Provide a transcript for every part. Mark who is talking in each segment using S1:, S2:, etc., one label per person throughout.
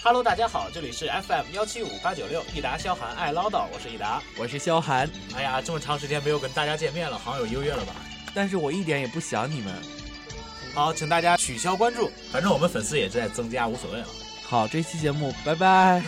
S1: Hello，大家好，这里是 FM 幺七五八九六，益达萧寒爱唠叨，我是益达。
S2: 我是萧寒，
S1: 哎呀，这么长时间没有跟大家见面了，好像有一个月了吧？
S2: 但是我一点也不想你们。
S1: 好，请大家取消关注，反正我们粉丝也在增加，无所谓了。
S2: 好，这期节目拜拜。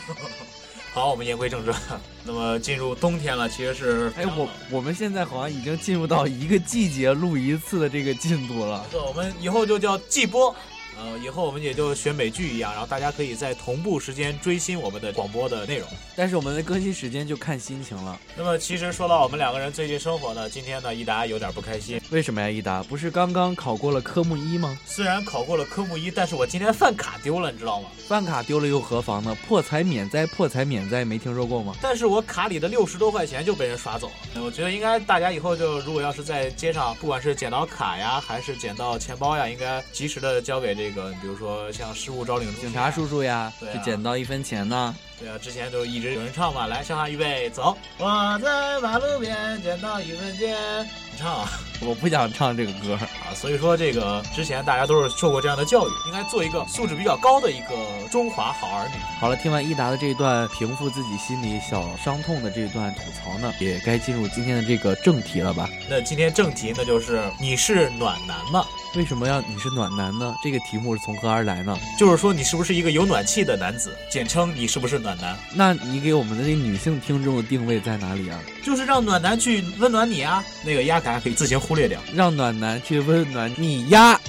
S1: 好，我们言归正传， 那么进入冬天了，其实是
S2: 哎，我我们现在好像已经进入到一个季节录一次的这个进度了。
S1: 对，我们以后就叫季播。呃，以后我们也就学美剧一样，然后大家可以在同步时间追新我们的广播的内容。
S2: 但是我们的更新时间就看心情了。
S1: 那么，其实说到我们两个人最近生活呢，今天呢，益达有点不开心。
S2: 为什么呀，益达？不是刚刚考过了科目一吗？
S1: 虽然考过了科目一，但是我今天饭卡丢了，你知道吗？
S2: 饭卡丢了又何妨呢？破财免灾，破财免灾，没听说过吗？
S1: 但是我卡里的六十多块钱就被人刷走了。我觉得应该大家以后就如果要是在街上，不管是捡到卡呀，还是捡到钱包呀，应该及时的交给这个，比如说像失物招领处
S2: 警察叔叔呀，
S1: 对啊
S2: 是捡到一分钱呢。
S1: 对啊，之前就一直有人唱嘛，来，小喊预备走。啊我在马路边捡到一分钱，你唱啊
S2: 我不想唱这个歌。
S1: 啊！所以说这个之前大家都是受过这样的教育，应该做一个素质比较高的一个中华好儿女。
S2: 好了，听完益达的这一段平复自己心里小伤痛的这一段吐槽呢，也该进入今天的这个正题了吧？
S1: 那今天正题呢，就是你是暖男吗？
S2: 为什么要你是暖男呢？这个题目是从何而来呢？
S1: 就是说你是不是一个有暖气的男子，简称你是不是暖男？
S2: 那你给我们的这女性听众的定位在哪里啊？
S1: 就是让暖男去温暖你啊。那个压感可以自行忽略掉。
S2: 让暖男去温暖你呀！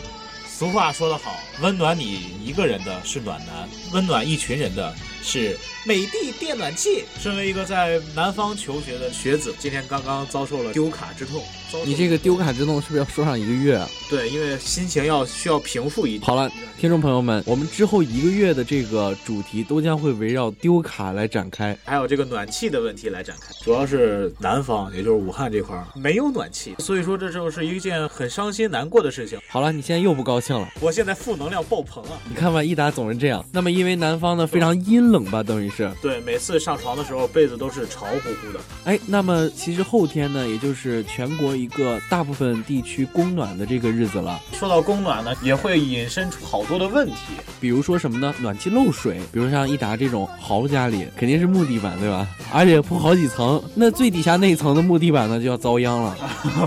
S1: 俗话说得好，温暖你一个人的是暖男，温暖一群人的是美的电暖器。身为一个在南方求学的学子，今天刚刚遭受了丢卡之痛。遭受
S2: 你这个丢卡之痛是不是要说上一个月啊？
S1: 对，因为心情要需要平复一点。
S2: 好了，听众朋友们，我们之后一个月的这个主题都将会围绕丢卡来展开。
S1: 还有这个暖气的问题来展开，主要是南方，也就是武汉这块儿没有暖气，所以说这就是一件很伤心难过的事情。
S2: 好了，你现在又不高兴了。
S1: 我现在负能量爆棚啊！
S2: 你看吧，益达总是这样。那么因为南方呢非常阴冷吧，等于是，
S1: 对，每次上床的时候被子都是潮乎乎的。
S2: 哎，那么其实后天呢，也就是全国一个大部分地区供暖的这个日子了。
S1: 说到供暖呢，也会引申出好多的问题。
S2: 比如说什么呢？暖气漏水，比如像益达这种豪家里肯定是木地板，对吧？而且铺好几层，那最底下那一层的木地板呢就要遭殃了。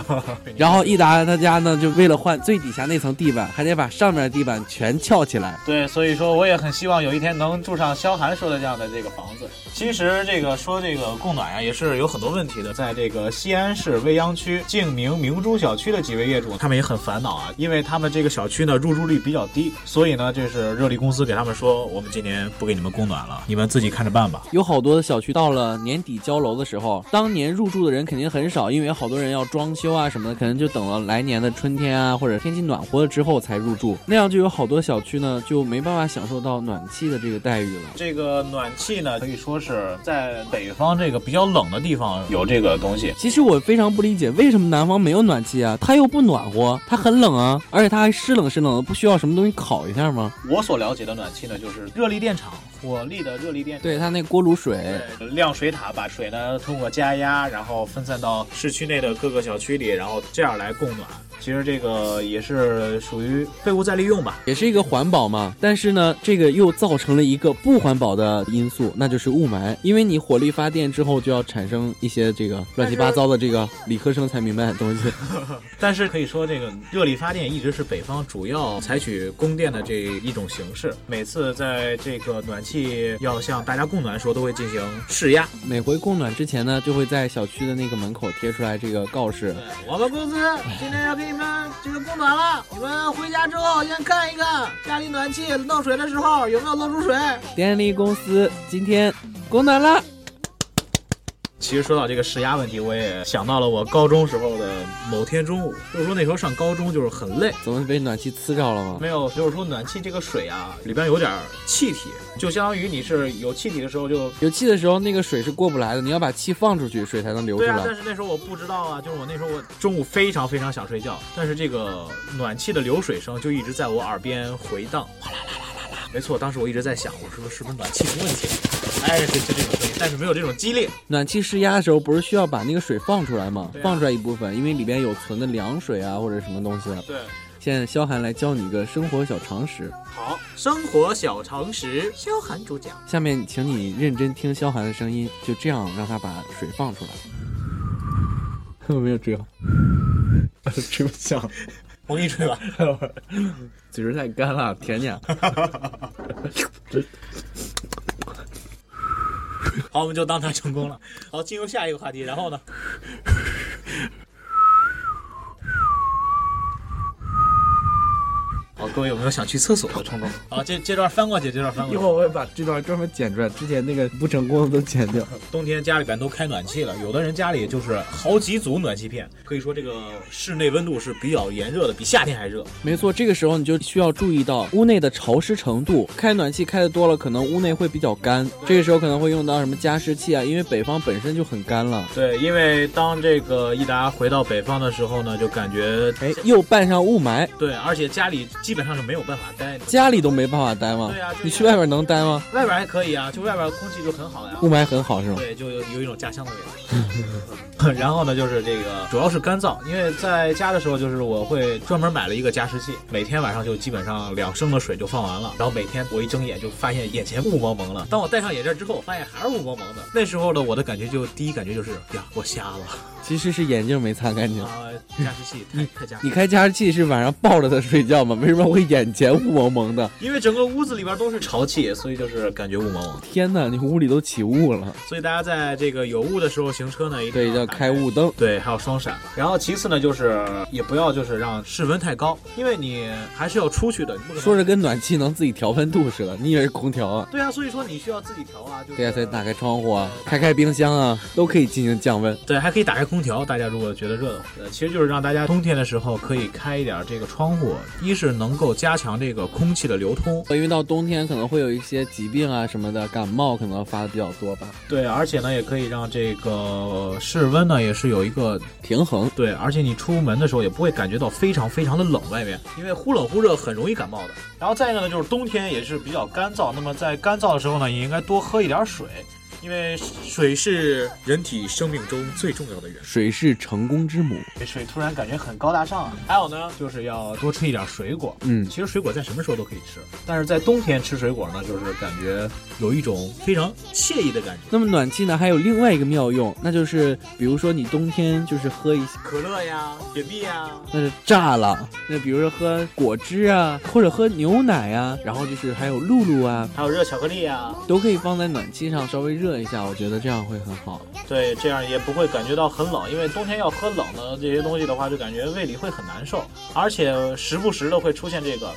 S2: 然后益达他家呢就为了换最底下那层地板，还得把上面的地板全翘起来。
S1: 对，所以说我也很希望有一天能住上萧寒说的这样的这个房子。其实这个说这个供暖呀、也是有很多问题的。在这个西安市未央区静明明珠小区的几位业主，他们也很烦恼啊，因为他们这个小区呢入住率比较低，所以呢，这是热力公司给他们说，我们今年不给你们供暖了，你们自己看着办吧。
S2: 有好多的小区到了年底交楼的时候，当年入住的人肯定很少，因为好多人要装修啊什么的，可能就等到来年的春天啊或者天气暖和了之后才入住，那样就有好多小区呢就没办法享受到暖气的这个待遇了。
S1: 这个暖气呢，可以说是在北方这个比较冷的地方有这个东西。
S2: 其实我非常不理解，为什么南方没有暖气啊？它又不暖和，它很冷啊，而且它还湿冷湿冷的，不需要什么东西烤一下吗？
S1: 我所了解的暖气呢，就是热力电厂，火力的热力电厂。
S2: 对，它那锅炉水，
S1: 对晾水塔把水呢通过加压，然后分散到市区内的各个小区里，然后这样来供暖。其实这个也是属于废物再利用吧。
S2: 也是一个环保嘛。但是呢，这个又造成了一个不环保的因素，那就是雾霾。因为你火力发电之后，就要产生一些这个乱七八糟的这个理科生才明白的东 西。
S1: 但是可以说，这个热力发电一直是北方主要采取供电的这一种形式。每次在这个暖气要向大家供暖的时候，都会进行试压。
S2: 每回供暖之前呢，就会在小区的那个门口贴出来这个告示。
S1: 我们公司今天要给你们这个供暖了，你们回家之后先看一看家里暖气漏水的时候有没有漏出水。
S2: 电力公司今天供暖啦！
S1: 其实说到这个食压问题，我也想到了我高中时候的某天中午，就是说那时候上高中就是很累，
S2: 怎么被暖气呲着了吗？
S1: 没有，就是说暖气这个水啊，里边有点气体，就相当于你是有气体的时候就。
S2: 有气的时候，那个水是过不来的，你要把气放出去，水才能流出
S1: 对
S2: 来。
S1: 啊，但是那时候我不知道啊，就是我那时候我中午非常非常想睡觉，但是这个暖气的流水声就一直在我耳边回荡，哗啦啦啦啦啦。没错，当时我一直在想，我说是不是暖气出问题了？哎，就就这种声音。但是没有这种激烈。
S2: 暖气施压的时候，不是需要把那个水放出来吗？
S1: 对啊
S2: 放出来一部分，因为里边有存的凉水啊或者什么东西的。
S1: 对，
S2: 现在萧寒来教你一个生活小常识，
S1: 好，生活小常识，萧寒主讲。
S2: 下面请你认真听萧寒的声音，就这样让他把水放出来。 我没有追啊 好，
S1: 吹不响，我给你吹吧。
S2: 嘴唇太干了，甜点。
S1: 好，我们就当他成功了。好，进入下一个话题，然后呢？好，各位有没有想去厕所的冲动？好，这这段翻过去，这段翻过去。
S2: 我会把这段专门剪出来，之前那个不成功的都剪掉。
S1: 冬天家里边都开暖气了，有的人家里就是好几组暖气片，可以说这个室内温度是比较炎热的，比夏天还热。
S2: 没错，这个时候你就需要注意到屋内的潮湿程度。开暖气开的多了，可能屋内会比较干，这个时候可能会用到什么加湿器啊，因为北方本身就很干了。
S1: 对，因为当这个益达回到北方的时候呢，就感觉
S2: 哎，又伴上雾霾，
S1: 对，而且家里基本上是没有办法待，
S2: 家里都没办法待吗？
S1: 对啊就是
S2: 你去外边能待吗？
S1: 外边还可以啊，就外边空气就很好呀、
S2: 雾霾很好是吗？
S1: 对，就有有一种家乡的味道。 然后呢，就是这个主要是干燥，因为在家的时候，就是我会专门买了一个加湿器，每天晚上就基本上两升的水就放完了，然后每天我一睁眼就发现眼前雾蒙蒙了。当我戴上眼镜之后，我发现还是雾蒙蒙的。那时候呢，我的感觉就第一感觉就是呀，我瞎了
S2: 其实是眼镜没擦干净。
S1: 啊、加湿 器太太加。
S2: 你开加湿器是晚上抱着它睡觉吗？为什么会眼前雾蒙蒙的？
S1: 因为整个屋子里边都是潮气，所以就是感觉雾蒙蒙。
S2: 天哪，你屋里都起雾了。
S1: 所以大家在这个有雾的时候行车呢，一定
S2: 对，要
S1: 打
S2: 开雾灯。
S1: 对，还有双闪。然后其次呢，就是也不要就是让室温太高，因为你还是要出去的。你不可能
S2: 说着跟暖气能自己调温度似的，你以为是空调啊？
S1: 对啊，所以说你需要自己调啊。就是、
S2: 对呀、再打开窗户啊，开开冰箱啊，都可以进行降温。
S1: 对，还可以打开空调。大家如果觉得热的话，呃，其实就是让大家冬天的时候可以开一点这个窗户，一是能够加强这个空气的流通，
S2: 因为到冬天可能会有一些疾病啊什么的，感冒可能发的比较多吧。
S1: 对，而且呢也可以让这个室温呢也是有一个
S2: 平衡，
S1: 对，而且你出门的时候也不会感觉到非常非常的冷，外面，因为忽冷忽热很容易感冒的。然后再一个呢，就是冬天也是比较干燥，那么在干燥的时候呢，也应该多喝一点水，因为水是人体生命中最重要的元
S2: 水是成功之母。
S1: 素。水突然感觉很高大上、啊。还有呢，就是要多吃一点水果。
S2: 嗯，
S1: 其实水果在什么时候都可以吃，但是在冬天吃水果呢，就是感觉有一种非常惬意的感觉。
S2: 那么暖气呢，还有另外一个妙用，那就是比如说你冬天就是喝一些，
S1: 可乐呀，雪碧呀，
S2: 那是炸了。那比如说喝果汁啊，或者喝牛奶啊，然后就是还有露露啊，
S1: 还有热巧克力呀、
S2: 都可以放在暖气上稍微热一下，我觉得这样会很好。
S1: 对，这样也不会感觉到很冷，因为冬天要喝冷的这些东西的话，就感觉胃里会很难受，而且时不时的会出现这个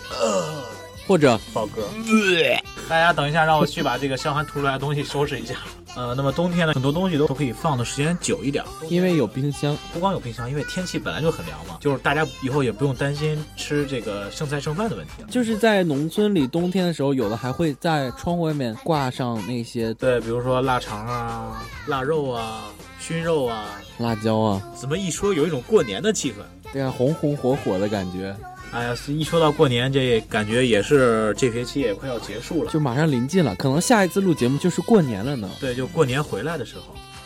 S2: 或者
S1: 爆嗝。大家等一下，让我去把这个香寒吐出来的东西收拾一下。 呃，那么冬天呢，很多东西都都可以放的时间久一点，
S2: 因为有冰箱，
S1: 不光有冰箱，因为天气本来就很凉嘛，就是大家以后也不用担心吃这个剩菜剩饭的问题了。
S2: 就是在农村里，冬天的时候，有的还会在窗户外面挂上那些
S1: 对，比如说腊肠啊、腊肉啊、熏肉啊，
S2: 辣椒啊，
S1: 怎么一说有一种过年的气氛？
S2: 对啊，红红火火的感觉，
S1: 哎呀，一说到过年，这感觉也是这学期也快要结束了。
S2: 就马上临近了，可能下一次录节目就是过年了呢。
S1: 对，就过年回来的时候，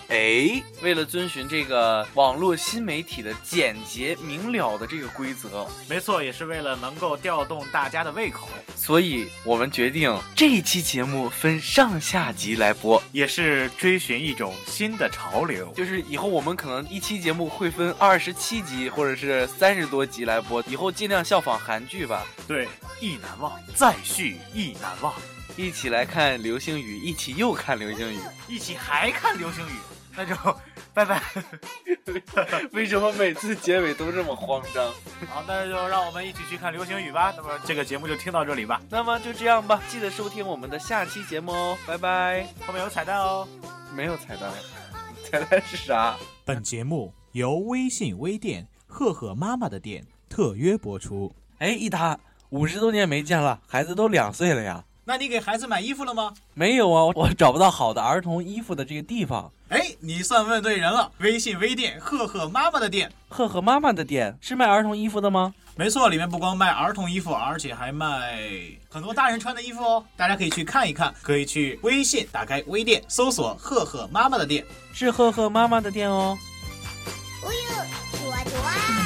S2: 哎，为了遵循这个网络新媒体的简洁明了的这个规则，
S1: 没错，也是为了能够调动大家的胃口，
S2: 所以我们决定这一期节目分上下集来播，
S1: 也是追寻一种新的潮流。
S2: 就是以后我们可能一期节目会分二十七集或者是三十多集来播，以后尽量效仿韩剧吧。
S1: 对，意难忘，再续意难忘，
S2: 一起来看流星雨，一起又看流 星雨。
S1: 一起还看流星雨，那就拜拜。
S2: 为什么每次结尾都这么慌张？
S1: 好，那就让我们一起去看流星雨吧。那么这个节目就听到这里吧，
S2: 那么就这样吧，记得收听我们的下期节目哦，拜拜。
S1: 后面有彩蛋哦。
S2: 没有彩蛋，彩蛋是啥？
S1: 本节目由微信微店赫赫妈妈的店特约播出。
S2: 哎，一达，五十多年没见了，孩子都两岁了呀。
S1: 那你给孩子买衣服了吗？
S2: 没有啊，我找不到好的儿童衣服的这个地方。
S1: 哎，你算问对人了。微信微店赫赫妈妈的店，
S2: 赫赫妈妈的店是卖儿童衣服的吗？
S1: 没错，里面不光卖儿童衣服，而且还卖很多大人穿的衣服哦，大家可以去看一看，可以去微信打开微店搜索“赫赫妈妈的店”。
S2: 是赫赫妈妈的店哦。
S3: 我有朵朵。